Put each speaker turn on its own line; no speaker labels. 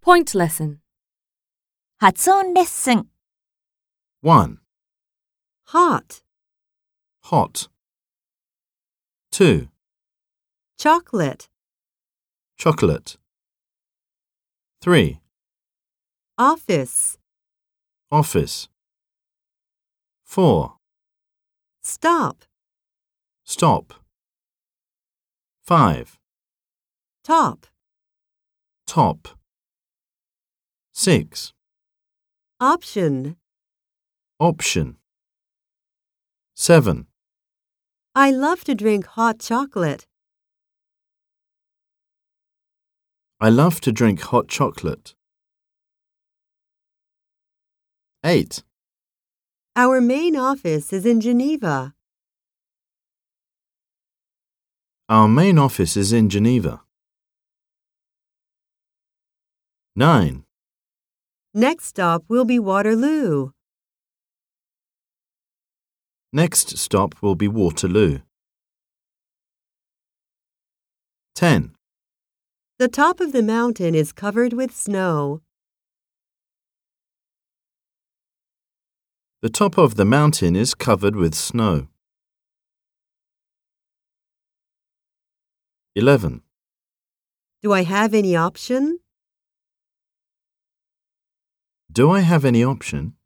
Point lesson.
発音レッスン、
1.
hot,
Hot. 2.
chocolate,
Chocolate. 3.
office,
Office. 4.
stop,
Stop. 5.
top,
Top. 6.
option.
Option. 7.
I love to drink hot chocolate.
I love to drink hot chocolate. 8.
Our main office is in Geneva.
Our main office is in Geneva. 9.
Next stop will be Waterloo.
Next stop will be Waterloo. 10.
The top of the mountain is covered with snow.
The top of the mountain is covered with snow. 11.
Do I have any option?
Do I have any option?